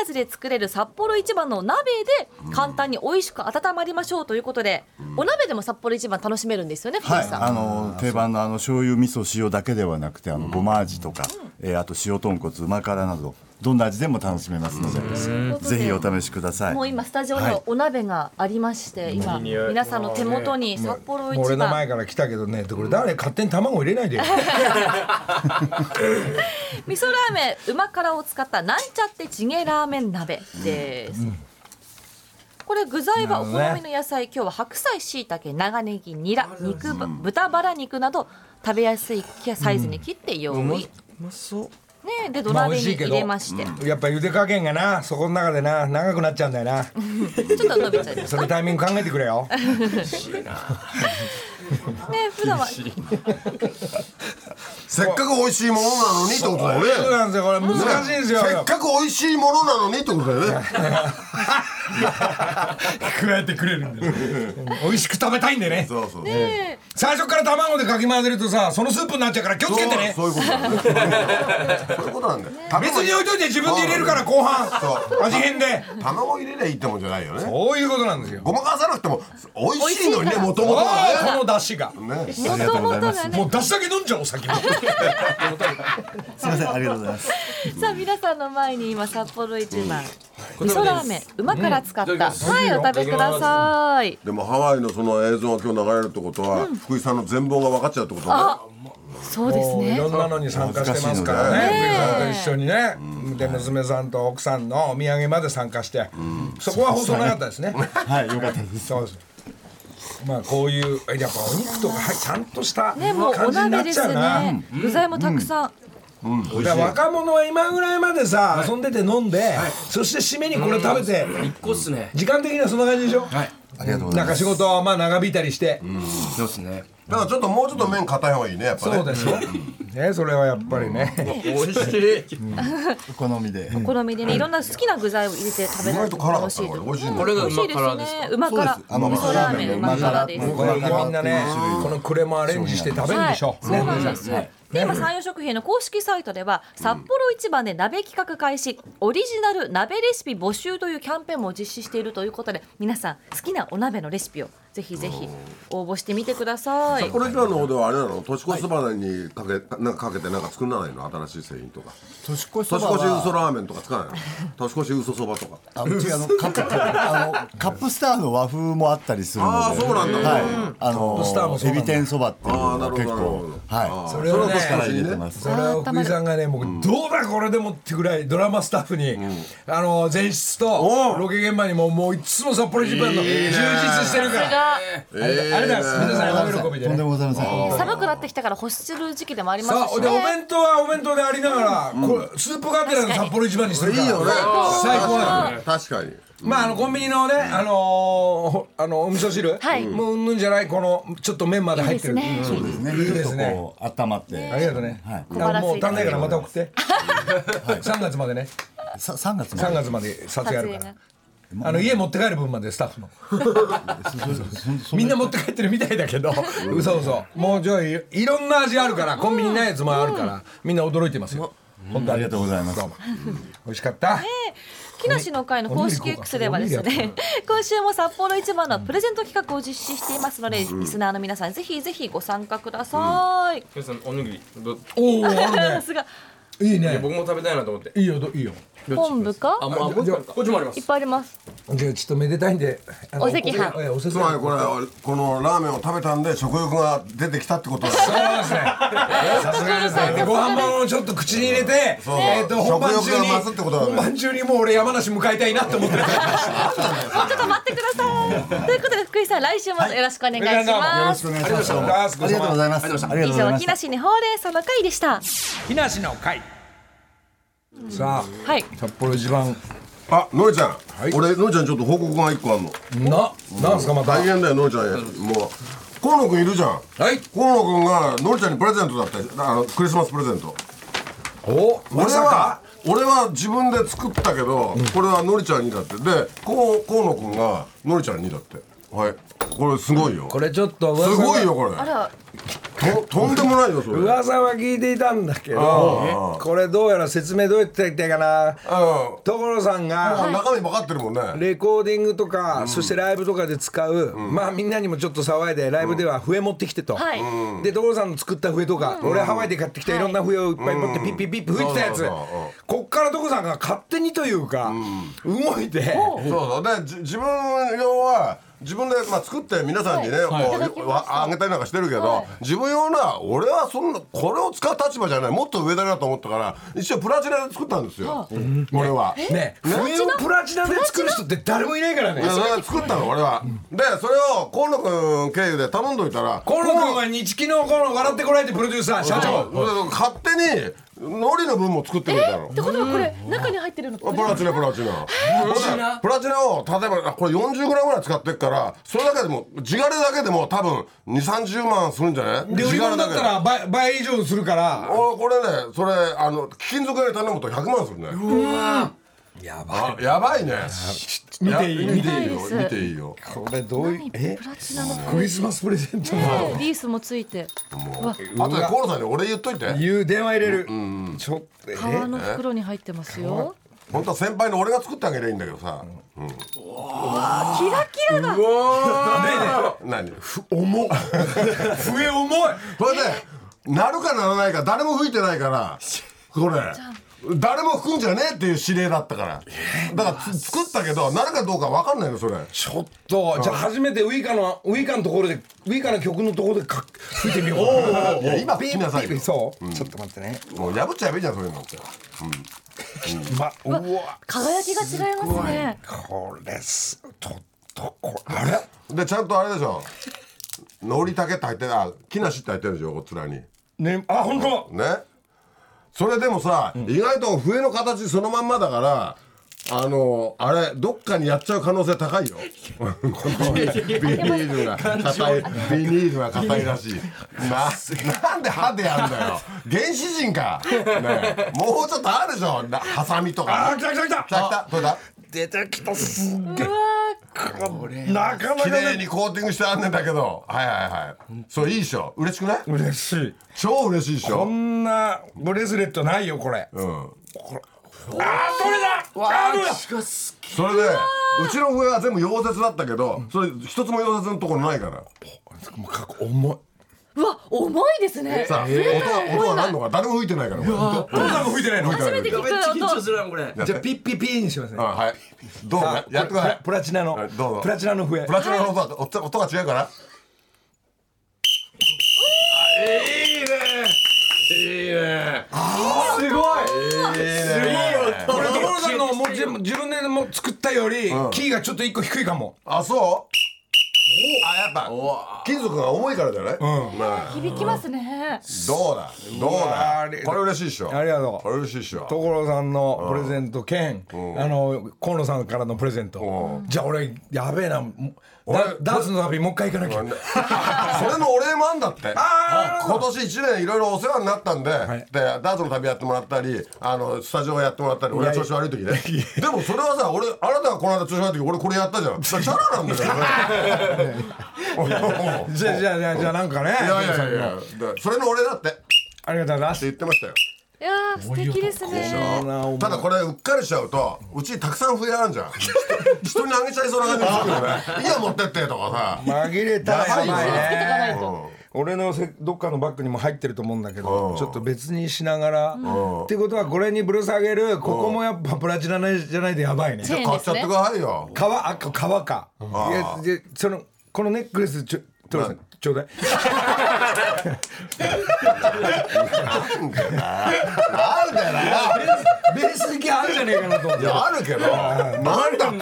S4: らずで作れる札幌一番の鍋で簡単に美味しく温まりましょうということでお鍋でも札幌一番楽しめるんですよね福
S3: は
S4: 井
S3: い、
S4: さん。
S3: あの定番のあの醤油味噌塩だけではなくてあのごま味とか、えーあと塩豚骨うま辛などどんな味でも楽しめますので、ぜひお試しください
S4: もう今スタジオにはお鍋がありまして今皆さんの手元に札幌
S1: もう俺
S4: 一
S1: の前
S4: 番
S1: から来たけどねこれ誰勝手に卵入れないでよ
S4: 味噌ラーメンうま辛を使ったなんちゃってチゲラーメン鍋です。これ具材はお好みの野菜、今日は白菜、椎茸、長ネギ、ニラ、肉ば、豚バラ肉など食べやすいサイズに切って用意。ねえで土
S1: まあ美
S4: 鍋
S1: 味し
S4: に
S1: いけ
S4: 入
S1: ど
S4: れまして、
S1: やっぱ茹で加減がなそこの中でな長くなっちゃうんだよな
S4: ちょっと伸びちゃいます。
S1: それタイミング考えてくれよ
S4: ねえ普段は
S5: せっかく美味しいものなのにってことだ
S1: そう
S5: よね
S1: なんですよこれ難しいんですよ
S5: せっかく美味しいものなのにってことだよね
S1: 加えてくれるんだよ美味しく食べたいんでね
S5: そうそう
S1: 最初から卵でかき混ぜるとさそのスープになっちゃうから気をつけてね
S5: そうそういうことなんだよそういうことなんだよ
S1: 別に置いといて自分で入れるから後
S5: そう
S1: 半味変で
S5: 卵入れりゃいいってもんじゃないよね
S1: こういうことなんですよ
S5: ごまかさなくても美味しいのにね
S4: 美味しいから
S5: もともと
S1: ああ
S5: は
S1: この出汁が
S5: ねね
S4: もともとがね
S1: もう出汁だけ飲んじゃおう先に
S3: すみませんありがとうございます
S4: さあ皆さんの前に今札幌一番、味噌ラーメンうま辛使った、
S6: いただきます
S4: はいお食べください
S5: でもハワイのその映像が今日流れるってことは、福井さんの全貌が分かっちゃうってことだね
S4: そうです
S1: もうい
S4: ね
S1: ろんなのに参加してますからね
S4: 難
S1: 一緒にねで娘さんと奥さんのお土産まで参加してそこは放送なかったですね
S3: はいよかったです
S1: そうですまあこういうやっぱお肉とかはいちゃんとした
S4: ねもうお
S1: 感じにな
S4: 鍋
S1: っち
S4: で
S1: ゃ
S4: す
S1: うな
S4: ね具材もたくさん、
S1: だから若者は今ぐらいまでさ遊んでて飲んでそして締めにこれ食べて
S2: 一個っすね。
S1: 時間的にはそんな感じでしょ
S2: はい。
S3: ありがとうござ
S1: ないん
S3: ま
S1: か
S3: す
S1: 仕事はまあ長引いたりして
S2: そうっすね。
S5: だからちょっともうちょっと麺硬い方がいいねやっぱね
S1: そうですよねそれはやっぱりね
S6: 美味しい。
S3: お好みで、
S4: お好みでねいろんな好きな具材を入れて食べ
S5: 意
S4: ら
S5: 外
S4: れ
S5: と
S4: て
S5: 辛か
S4: 楽
S5: っ
S4: したい
S5: こ
S4: で
S5: れ
S4: す
S5: 美味しい
S4: 美
S5: ね
S6: これが
S4: 味
S6: う
S4: し
S6: ま
S4: いです
S6: 辛ですか。
S4: ねうま辛
S3: あの
S4: 味噌ラーメンうま辛です
S3: うま辛
S1: これみんなねこのクレもアレンジして食べるんでしょ
S4: そうなんですよ。で今山陽食品の公式サイトでは札幌一番で鍋企画開始オリジナル鍋レシピ募集というキャンペーンも実施しているということで皆さん好きなお鍋のレシピをぜひぜひ応募してみてください
S5: こ。れ以上の方ではあれなの年越しそばにかけ、なんかかけてなんか作らないの新しい製品とか
S3: 年越し
S5: 年越し嘘
S3: は
S5: ラーメンとか作らないの年越し嘘そばとか
S3: あうちあのカップあのカップスターの和風もあったりするので
S5: あーそうなんだ
S3: はい、あ
S1: カップスターも
S3: の
S1: そうな
S3: エ
S1: んだ
S3: ビ天そばっていう
S5: ああ
S3: の
S5: なるほ
S3: が結
S5: どなるほ
S3: 構
S5: ど
S3: はい
S1: それをね
S3: 力入れてます
S1: それは福井さんがね僕どうだこれでもってぐらいドラマスタッフにあの前室とロケ現場にももういつも札幌一番の充実してるから
S4: が
S1: あれだあれだ皆さん大喜びで
S3: とん
S1: ね
S3: でもございません
S4: 寒くなってきたから欲する時期でもありま
S1: さ
S4: す
S1: あ
S4: し
S1: でお
S4: ね。
S1: 弁当はお弁当でありながらこれスープがてらの札幌一番にするから
S5: いいよね
S1: 最高なの
S5: 確かに
S1: まああのコンビニのね、あのーほあのお味噌汁、
S4: はい
S1: もううんぬんじゃないこのちょっと麺まで入ってる。
S4: いいです
S3: そうですね
S1: いいで
S3: ちょ
S1: す
S3: っと
S1: ね
S3: こう温まって、
S1: ありがとうね。
S3: はい
S1: だからもう足んないからまた送って。
S3: はい
S1: 3月までね、
S3: さ3月ま
S1: 3
S3: で
S1: 月まで撮影あるから。あの家持って帰る分までスタッフのみんな持って帰ってるみたいだけど嘘嘘もうじゃあいいろんな味あるからコンビニないやつもあるからみんな驚いてますよ本当
S3: ありがとうございます
S1: ども美味しかった
S4: 木梨の会の公式
S1: おにぎり
S4: X ではです
S1: おにぎりや
S4: ね 今週も札幌一番のプレゼント企画を実施していますので、リスナーの皆さんぜひぜひご参加ください、
S6: 皆さんおにぎりどい
S1: おおある
S4: すが
S1: ねいい
S6: や
S1: ね
S6: 僕も食べたいなと思って
S1: いいよどいいよ
S4: 昆布か
S6: あもうあもう一
S1: じゃあ
S6: 個あるかこっちもありま
S4: いっ
S6: す
S4: ぱいあります
S1: じゃあちょっとめでたいんであの
S4: お赤飯
S1: おえお赤飯
S5: つまりこれこのラーメンを食べたんで食欲が出てきたってことだよ ね
S1: そうですね。さすがですね。ご飯もをちょっと口に入れて、
S5: う
S1: えっと本番中
S5: 食
S1: に
S5: 欲が増すってことだね
S1: 本番中にもう俺山梨迎えたいなって思ってる。
S4: もうちょっと待ってくださいということで福井さん来週もよろしくお願いします、
S3: お願いしますどうも
S1: あ
S3: あ
S1: り
S3: り
S1: がとうご
S3: がとう
S1: ざ
S3: ございますありがとうござい
S4: 以
S3: ま
S4: 上
S3: す
S4: 木梨にほうれん草の会でした
S1: 木梨の会。さあ、
S4: はい
S1: 札幌一番
S5: あのりちゃん、
S1: い
S5: 俺のりちゃんちょっと報告が一個あるの
S1: ななんすかまた。
S5: 大
S1: はい。
S5: 変だよのりちゃんもう河野くんいるじゃん河野くんがのりちゃんにプレゼントだったよあのクリスマスプレゼント
S1: お
S5: 俺
S1: まさ
S5: は
S1: か。
S5: 俺は自分で作ったけど、これはのりちゃんにだってでこう河野くんがのりちゃんにだってはいこれすごいよ
S1: これちょっと噂
S5: す
S1: が
S5: ごいよこれ
S4: あら
S5: ととんでもないよそれ
S1: 噂は聞いていたんだけど、これどうやら説明どうやってやりたいかな。
S5: うん
S1: 所さんが。
S5: 中身分かってるもんね
S1: レコーディングとか、そしてライブとかで使う、まあみんなにもちょっと騒いでライブでは笛持ってきてと、
S4: はい
S1: で所さんの作った笛とか、俺ハワイで買ってきたいろんな笛をいっぱい持ってピッピッピッピ吹いてたやつ、
S5: そうそうそう
S1: こっから所さんが勝手にというか、動いて、
S5: そうそうでじ自分用は自分で、まあ、作って皆さんにね、こうわあげたりなんかしてるけど、自分用のは俺はそんなこれを使う立場じゃないもっと上だなと思ったから一応プラチナで作ったんですよ、俺は。
S1: ね笛をプラチナで作る人って誰もいないからね
S5: いやそれは作ったの俺は、でそれを河野君経由で頼んどいたら
S1: 河野君は日記のこの笑ってこられてプロデューサー社長、
S5: そう勝手にのりの分も作ってくれたの
S4: ってことはこれ中に入ってるの
S5: あプラチナプラチナプラチナプラチナを例えばあこれ 40g ぐらい使ってっからそれだけでも地金だけでも多分2三3 0万するんじゃない
S1: で売り
S5: 地
S1: 物
S5: 金
S1: だったら倍倍以上するから
S5: おこれねそれあの貴金属屋に頼むと100万するね
S1: やば
S5: あやばいね
S1: 見ていい
S5: や見ていいよ
S4: 見たいです
S5: 見ていいよ
S1: これどういうえ
S4: プラチナの
S1: クリスマスプレゼントの
S4: ねリースもついて
S5: あとで河野さんに俺言っといて
S1: いう電話入れる、ちょっとえ
S4: 革の袋に入ってますよ
S5: 本当は先輩の俺が作ってあげりゃいいんだけどさ
S4: キラキラだ
S5: 何ふ
S1: 重っ 笛重い
S5: それでなるかならないか誰も吹いてないからこれ誰も吹くんじゃねえっていう指令だったからだからつ作ったけどなるかどうか分かんないのそれ
S1: ちょっとじゃあ初めてウイカのウイカのところでウイカの曲のところでか吹いてみよう
S5: いや今吹きなさい
S1: ピ
S5: よ
S1: ッそう、ちょっと待ってね
S5: もう破っちゃえばいいじゃんそういうのって
S1: まうわ
S4: 輝きが違いますね
S1: これすちょっとこれあれ
S5: でちゃんとあれでしょのりたけって入ってるあ木梨って入ってるでしょこっちらにね
S1: ねあ本当
S5: それでもさ、意外と笛の形そのまんまだからあのあれどっかにやっちゃう可能性高いよこのビニールが硬いビニールが硬いらしいななんで歯でやるんだよ原始人か、ねえ、もうちょっとあるでしょなハサミと
S1: あ
S5: か
S1: 来た来た来
S5: 来た来
S1: た
S5: たどれだ
S1: 出てきたすっげ
S4: うわ
S1: えなかな
S5: 綺
S1: か
S5: 麗
S1: ね
S5: にコーティングしてあんねんだけどはいはいはいそういいでしょ嬉しくない
S1: 嬉しい
S5: 超嬉しいでし
S1: こ
S5: ょ
S1: んなブレスレットないよこれ、
S5: うん
S1: あそれだあどれだ
S5: それでうちの笛は全部溶接だったけどそれ一つも溶接のところないから
S1: もうかっこ重い
S4: うわ重いですね
S5: さあ音は音は何のか誰も吹いてないからこれど
S1: どんなの吹いてないの
S4: 初めて聞
S2: めっちゃ緊
S4: く
S2: 張
S4: 音
S2: するなこれ
S1: じゃあピッピッピーにしますね
S5: あはいどうぞやってください
S1: プラチナの
S5: はいどうぞ
S1: プラチナの笛
S5: プラチナの音は音音が違うから
S1: すごいすごいこれ所さんのもう自分自分でもう作ったよりキーがちょっと一個低いかも
S5: あそうあやっぱ金属が重いからじゃない、うん、まあ
S4: 響きますねね
S5: どうだどう
S1: わあ
S5: だ
S1: り
S5: これ嬉しいっしょ
S1: ありがとう
S5: これ嬉しいっしょ
S1: 所さんのプレゼント兼、あの河野さんからのプレゼント、じゃあ俺やべえなもダダーツの旅もう一回行かなきゃ、
S5: それのお礼もあんだって
S1: あ
S5: 今年1年いろいろお世話になったんで、
S1: い
S5: でダーツの旅やってもらったりあのスタジオやってもらったり俺は調子悪い時 ねでもそれはさ俺あなたがこの間調子悪い時俺これやった じゃんだからチャラなんだよね
S1: じゃあじゃあじゃあじゃあなんかね
S5: いやいやいやでそれの俺だってって
S1: ありがとうございます
S5: 言ってましたよ
S4: いやー素敵ですね
S5: ただこれうっかりしちゃうとうちたくさん笛あるじゃん 人人にあげちゃいそうな感じがするよねいや持ってってとかさ
S1: 紛れたらやばい
S5: やばいよ
S1: ね
S4: つけてかないと
S1: 俺のせどっかのバッグにも入ってると思うんだけどちょっと別にしながらっていうことはこれにぶら下げるここもやっぱプラチナじゃないとやばいね
S4: チェーン
S5: 買
S4: で
S5: っちゃ
S4: す
S5: って
S4: ね
S5: くださいよ
S1: 皮あか皮かいやでそのこのネックレスちょトラさんちょうだい
S5: なんでだよなんでだよ
S1: ベース的あるじゃねえかなと思っ
S5: い
S1: て
S5: やあるけどなんだってな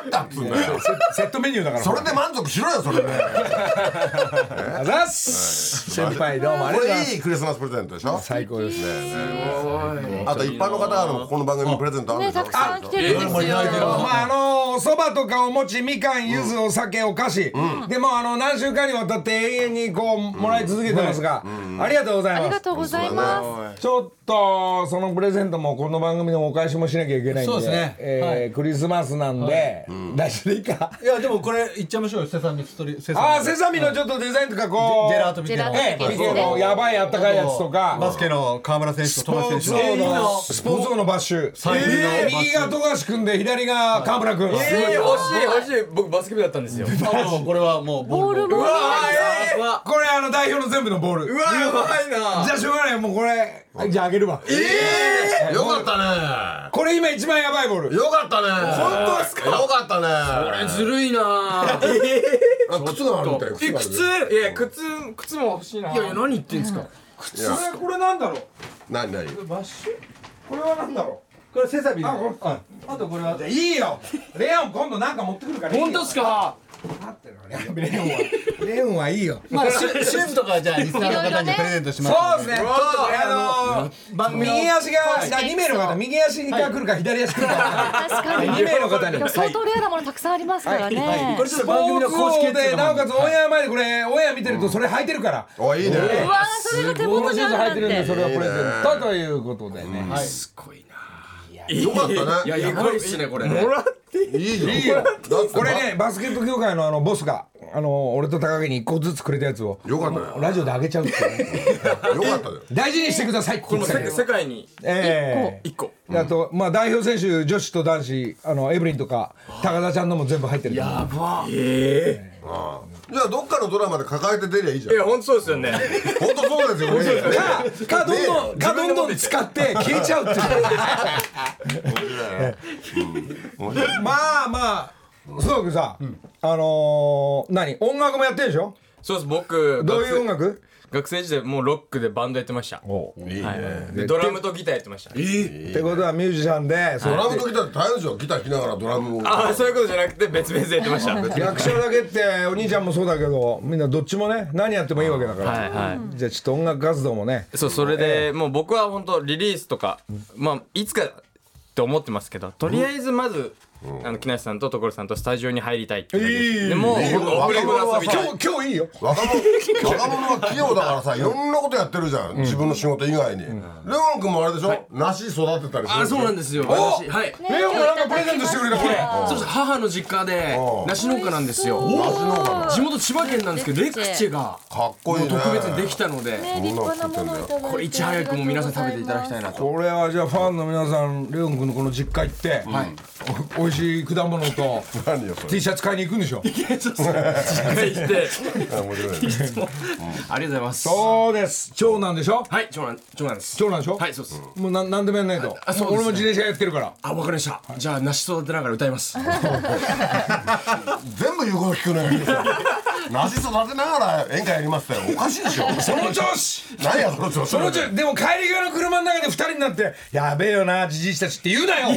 S5: んだっつうんだよ
S1: セットメニューだから
S5: それで満足しろよそれで
S1: あざっす先輩どうもあり
S5: こ
S1: がとうございま
S5: れい
S1: す
S5: いクリスマスプレゼントでしょ
S1: 最高ですね
S5: あと一般の方からもこの番組にプレゼントあるん
S4: ね
S5: でしょ
S4: たくさん来てるんですよ
S1: まああのおそばとかお餅みかんゆずお酒お菓子でもあの何週間にわたって永遠にこうもらい続けてますがありがとうござい
S4: あり
S1: ま
S4: が
S1: す
S4: とうございます
S1: ちょっとそのプレゼントもこの番組でもお返しもしなきゃいけないんで
S7: そうですね
S1: えー
S7: はい
S1: クリスマスなんで、来週でい いか
S7: いやでもこれいっちゃいましょうよセサミストリセ
S1: ああ
S7: ミ
S1: セサミのちょっとデザインとかこう
S7: ジェラートみたいな
S4: ジェラー
S1: え
S4: ト
S1: え
S4: み
S1: 見
S4: た
S1: て
S4: いなね
S1: もうやばいあったかいやつと
S7: バ
S1: か
S7: スケの河村選手と
S1: スポ
S7: 富
S1: ー
S7: 樫
S1: ツ
S7: 選手
S1: 王
S7: の
S1: のスポーツ王のバッシュ
S7: 最近の
S1: ええ
S7: バッシュ
S1: 右が富樫君で左が河村君え
S6: えー、欲しい欲しい僕バスケ部だったんですよ
S7: あもうこれはもう
S4: ボ
S7: ボ
S4: ー
S7: ール
S4: ルも見えない
S1: えこれあの代表の全部のボール
S6: うわやばいな
S1: じゃあしょうがないもうこれじゃああげるわ
S5: よかった
S1: これ今一番やばいボール
S5: ねよかったね本当ですかよかったね
S6: ずるいなぁ
S5: あ靴があるみたい
S6: え
S5: がある
S6: 靴
S8: いや靴靴も欲しいない
S6: やいや何言ってんすか
S5: いや
S1: これなんだろう
S5: 何何
S1: バッシュこれはなんだろ
S7: これセサミの
S1: これ
S7: ああとこれは
S1: ういいよレオン今度なんか持ってくるからいいよ
S6: すか
S1: レオンはレオンはいいよ
S7: まあシュシューズとかはじゃあリスナーの方にプレゼントします
S1: そうですね。ちょっとねあの
S7: 番組の
S1: 右足があ二名の方、右足が来るか左足来るか。
S4: 確かに
S1: 二名の方に。
S4: でも相当レアなものたくさんありますからね
S7: これちょっと
S1: スポ
S7: 番組
S1: ー
S7: の
S1: ツ
S7: 公式
S1: 王
S7: やつ
S1: で
S7: と
S1: な
S7: か
S1: おかつオンエア前でこれオンエア見てるとそれ履いてるから。
S5: おいいね
S4: うわーそれが手元にある
S1: 履
S4: ないん
S1: てるんで
S4: て
S1: それをプレゼントということでね。
S6: すごいな
S5: よかった
S6: いや
S5: ね
S6: やばいっすねこれね
S5: いいよいいよだって
S1: これねバスケット業界のあのボスがあの俺と高木に一個ずつくれたやつを
S5: よかったよ
S1: ラジオであげちゃうっていう ね。
S5: よかったよ
S1: 大事にしてくださいって
S6: こ
S1: 言
S6: の
S1: ってたけ
S6: 世
S1: ど。
S6: 世界に
S1: ええ
S6: 一個
S1: あとまあ代表選手女子と男子あのエブリンとか高田ちゃんのも全部入ってる。や
S5: じゃあどっかのドラマで抱えて出りゃいいじゃ
S6: い
S5: ん
S6: や本当そうですよね
S5: 本当そうですよね
S1: か、かどんどん、かどんどん使って消えちゃうって いう。まあまあ、そうくさ、あのー、何、音楽もやってるでしょ
S6: そうです僕
S1: どういう音楽
S6: 学生時代もうロックでバンドやってました
S5: いいね
S6: でドラムとギターやってました
S1: ってことはミュージシャンで、そ
S5: ド
S1: う
S5: ラムとギターって大変でしょギター弾きながらドラムを
S6: ああそういうことじゃなくて別々でやってま したはい
S1: 役者だけってお兄ちゃんもそうだけどみんなどっちもね何やってもいいわけだから、
S6: は
S1: じゃあちょっと音楽活動もね
S6: いそうそれでもう僕は本当リリースとかまあいつかって思ってますけどとりあえずまずあの木梨さんと所さんとスタジオに入りたいって感じですでもう
S5: いいよ
S6: オフレコで遊びたい
S1: 今日今日いいよ
S5: 若者若者は器用だからさいろんなことやってるじゃん自分の仕事以外にレオン君もあれでしょ梨育てたりする
S2: あそうなん
S5: で
S2: ですよ私はい
S4: ね
S1: レオンがなんかプレゼントしてくれたこれ
S2: そうです母の実家で梨農家なんですよ地元千葉県なんですけどレクチェが
S5: かっこいいね
S2: 特別にできたので
S4: ね立派なものをいただいて
S2: これいち早くもう皆さん食べていただきたいなと
S1: これはじゃあファンの皆さんレオン君のこの実家行って、おおいしい果物と
S5: 何よそれ
S1: T シャツ買いに行くんでしょ
S5: 面
S6: 行って
S5: 白いね
S2: ありがとうございます
S1: そうです長男でしょ
S2: はい長男長男です
S1: 長男でしょ
S2: はいそうです
S1: もうな何でもやんないと、
S2: あそうですね
S1: 俺も自転車やってるから
S2: あわかりましたじゃあ梨育てながら歌います
S5: 全部言うこと聞くね梨育てながら演歌やりましたよおかしいでしょ
S1: その調子
S5: 何やその調子
S1: そのうちでも帰り際の車の中で二人になって「やべえよなじじいたち」って言うなよ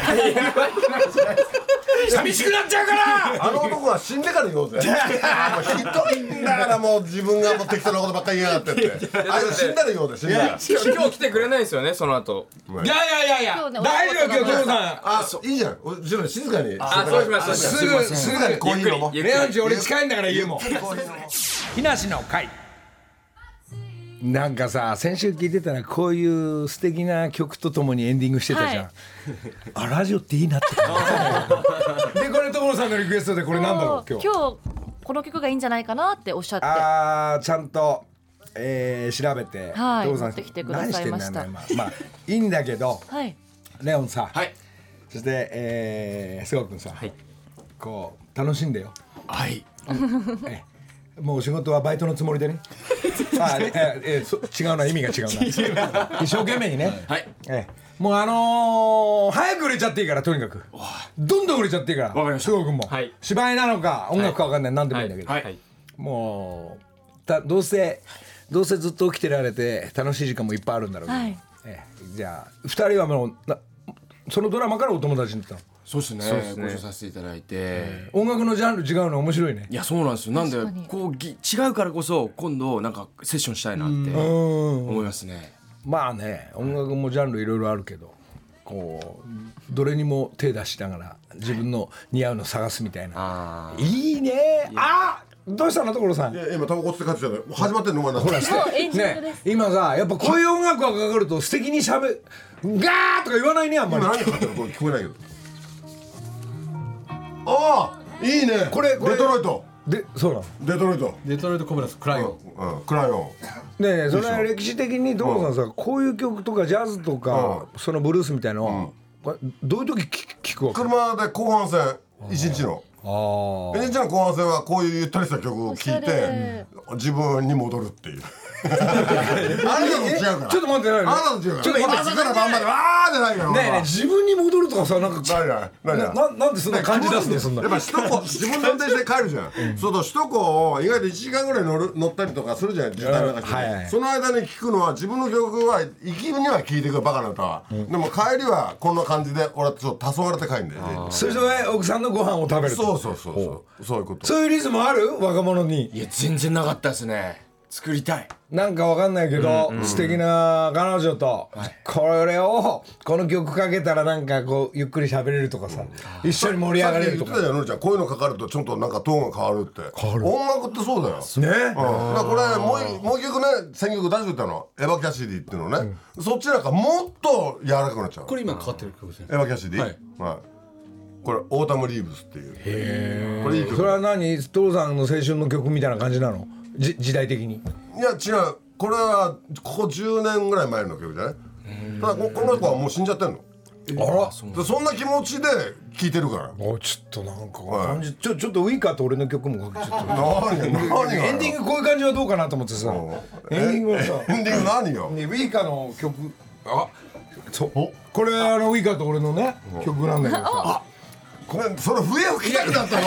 S1: 寂しくなっちゃうから
S5: あの男は死んでから言おうぜもうひどいんだからもう自分がもう適当なことばっかり言いやがってってあいつ死んだら言おうぜ死んだら
S6: 今日来てくれないんですよねその後
S1: いやいやいやい
S4: 今
S1: や
S4: 日ね
S1: 大丈夫よ今日さ
S5: あいいじゃんお自分静かに
S6: あそうしますそうし
S1: ん
S6: ます
S1: すぐすぐ
S5: コーヒー飲もう
S6: ゆっくりゆっくり
S1: レオンち俺近いんだから家も
S5: コーヒー飲もう
S1: 木梨の会なんかさ先週聞いてたらこういう素敵な曲とともにエンディングしてたじゃん、
S4: はい
S1: あラジオっていいなって でこれ所さんのリクエストでこれなんだろう今日
S4: 今日この曲がいいんじゃないかなっておっしゃって
S1: あーちゃんと、えー調べて、
S4: はい
S1: 所さん
S4: 持ってきてくださいました
S1: 何してんだよな今まあいいんだけど
S4: はい
S1: レオンさん、
S6: はい
S1: そして、えー、菅生君さん、
S6: はい
S1: こう楽しんで よ
S6: はい
S1: もう仕事はバイトのつもり でね。あ、えええそ違うな意味が違うな。一生懸命にね。
S6: はい
S1: ええもうあのー早く売れちゃっていいからとにかく。どんどん売れちゃっていいから。
S6: わかりました
S1: すごくも、
S6: はい
S1: 芝居なのか音楽かわかんない、何でも
S6: はい
S1: い
S6: い
S1: んだけど。
S6: はい
S1: もうたどうせどうせずっと起きてられて楽しい時間もいっぱいあるんだろうけど。
S4: はい
S1: ええじゃあ二人はもうなそのドラマからお友達になったの。
S2: そうですね
S6: そうですね
S2: ご一緒させていただいて、
S1: 音楽のジャンル違うの面白いね。
S2: いやそうなんですよなんで
S4: に
S2: こうぎ違うからこそ今度なんかセッションしたいなって思いますね
S1: まあね音楽もジャンルいろいろあるけどこうどれにも手出しながら自分の似合うの探すみたいな
S6: あ
S1: いいねあどうしたの所さん
S5: いや今タバコ吸って帰ってきたのもう始まってんのお前なほら
S4: もうエンディング
S1: ね
S4: です、
S1: 今さやっぱこういう音楽がかかると素敵にしゃべガーとか言わないねあんま
S5: 今
S1: り
S5: 何買ってるのこれ聞こえないけどああいいね
S1: これこれ
S5: デトロイト
S1: でそうなの
S5: デトロイト
S7: デトロイトコブラスクライオン
S5: うんクライオン
S1: ねえそれは歴史的に所さんさこういう曲とかジャズとかそのブルースみたいなのはこれどういう時聞聞くわけ
S5: 車で後半戦一日の
S1: あ
S5: 一日の後半戦はこういうゆったりした曲を聴い
S4: おしゃ
S5: て
S4: れ
S5: 自分に戻るっ ていう
S1: あちょっと待ってない
S5: あなたと違うからあなた
S1: ちょっ
S5: と違うか
S1: と
S5: ら
S1: 待って
S5: 朝から晩までわーってないから
S1: ねえねえ自分に戻るとかさなんか
S5: ないないない
S1: な
S5: ない
S1: ななんでそんな感じ出すのそんな
S5: やっぱ首都高自分で運転して帰るじゃん、そうすると首都高を意外と1時間ぐらい乗る乗ったりとかするじゃん自宅の中で、
S1: うんはいはい
S5: その間に聞くのは自分の曲は行きには聴いてくるバカな歌は、でも帰りはこんな感じで俺はちょっと黄昏って帰るんだよね
S1: それで奥さんのご飯を食べると
S5: そうそうそうそうそういうこと
S1: そういうリズムある若者
S2: い
S1: に
S2: や全然なかったですね作りたい
S1: なんかわかんないけど、素敵な彼女と、これをこの曲かけたらなんかこうゆっくり喋れるとかさ、一緒に盛り上がれると
S5: さっ
S1: か
S5: き言ってたじゃんのりちゃんこういうのかかるとちょっとなんかトーンが変わるって音楽ってそうだよ
S1: ね
S5: うん、だからこれもう一もう一曲ね先曲出してたのエヴァ・キャシディっていうのね、そっちなんかもっと柔らかくなっちゃう
S7: これ今かかってる曲ですね
S5: エヴァ・キャシディはい、これ「オータム・リーブス」っていうこれいい曲
S1: それは何父さんの青春の曲みたいな感じなのじ時代的に
S5: いや違うこれはここ10年ぐらい前の曲じゃないただここの子はもう死んじゃってんの
S1: あら
S5: でそんな気持ちで聴いてるから
S1: おちょっとなんか感じ、ちょちょっとウイカと俺の曲もかけちゃった
S5: 何よ何 がよ
S1: エンディングこういう感じはどうかなと思ってさ
S5: うん
S1: エンディングはさ
S5: エンディング何 よ
S1: ね、ウイカの曲あそうこれあのウイカと俺のね曲なんだけどさ
S5: これそれ笛を吹きたくなったの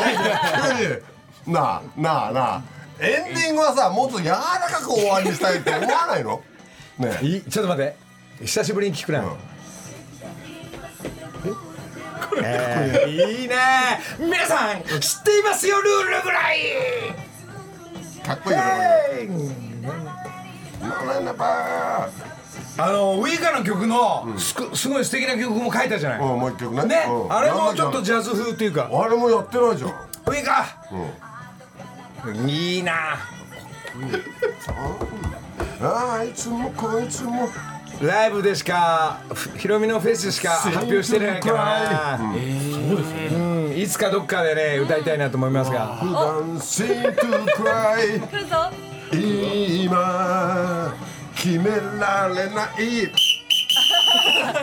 S5: 急になあなあなあエンディングはさもっと柔らかく終わりにしたいって思わないのねえ
S1: いちょっと待って久しぶりに聞くな、ええいいね皆さん知っていますよルールぐらい
S5: かっこいいよ
S1: えい
S5: なんだば
S1: あのウイカの曲のすくすごい素敵な曲も書いたじゃない、
S5: ーうんもう一曲ね
S1: ね、
S5: うん
S1: あれもちょっと
S5: なんだ
S1: ジャズ風っていうか
S5: あれもやってないじゃん
S1: ウイカ、いいない
S5: ああいつもこいつも
S1: ライブでしかふヒロミのフェスしか発表してないからな、うんいつかどっかでね歌いたいなと思いますが
S5: Dancing to cry
S4: 来るぞ
S5: 今決められ ない
S1: ペッ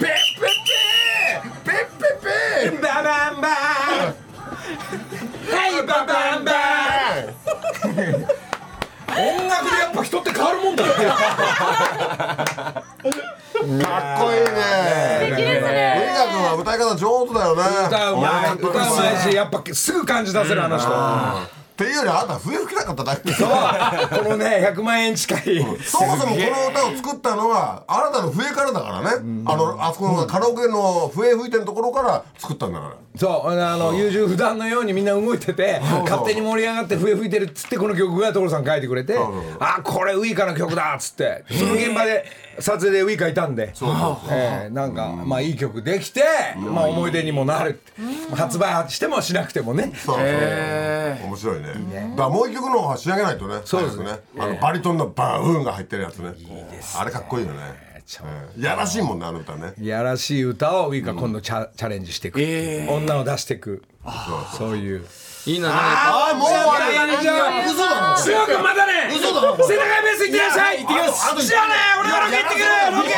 S1: ペ
S5: ペッペ
S1: ッペババンバンはいババンバン音楽でやっぱ人って変わるもんだね
S5: ペかっこいいね
S4: 綺麗で
S5: 映
S4: すね
S5: 画君は歌い方上手だよね
S1: 歌うまい
S5: 俺ちょっと
S1: 歌うまいしやっぱすぐ感じ出せるあの人
S5: 手っていうよりあなた笛吹きたかっただけですよ
S1: このね100万円近い
S5: そもそもこの歌を作ったのはあなたの笛からだからね、あのあそこのカラオケの笛吹いてるところから作ったんだから、
S1: そうあの優柔不断のようにみんな動いてて勝手に盛り上がって笛吹いてるっつってこの曲が所さん書いてくれてあこれウイカの曲だっつってその現場で撮影でウイカいたんでええなんかまあいい曲できてまあ思い出にもなるって発売してもしなくてもね
S5: そうそう面白いねだからもう一曲の方が仕上げないとね
S1: そうです
S5: 早くねあのバリトンのバーンが入ってるやつねあれかっこいいよね、うんやらしいもんねあの歌ね
S1: いやらしい歌をウイカ今度チャチャレンジしていくっていう女を出していくそういう
S6: いいななんか
S5: ああもうあれ
S1: やめちゃう
S5: 嘘だろ
S1: 強くまたね
S5: 嘘だろこれ
S1: 背中ベースいってらっしゃい
S5: あとあと
S1: じゃあね俺はロケ行ってくるロケ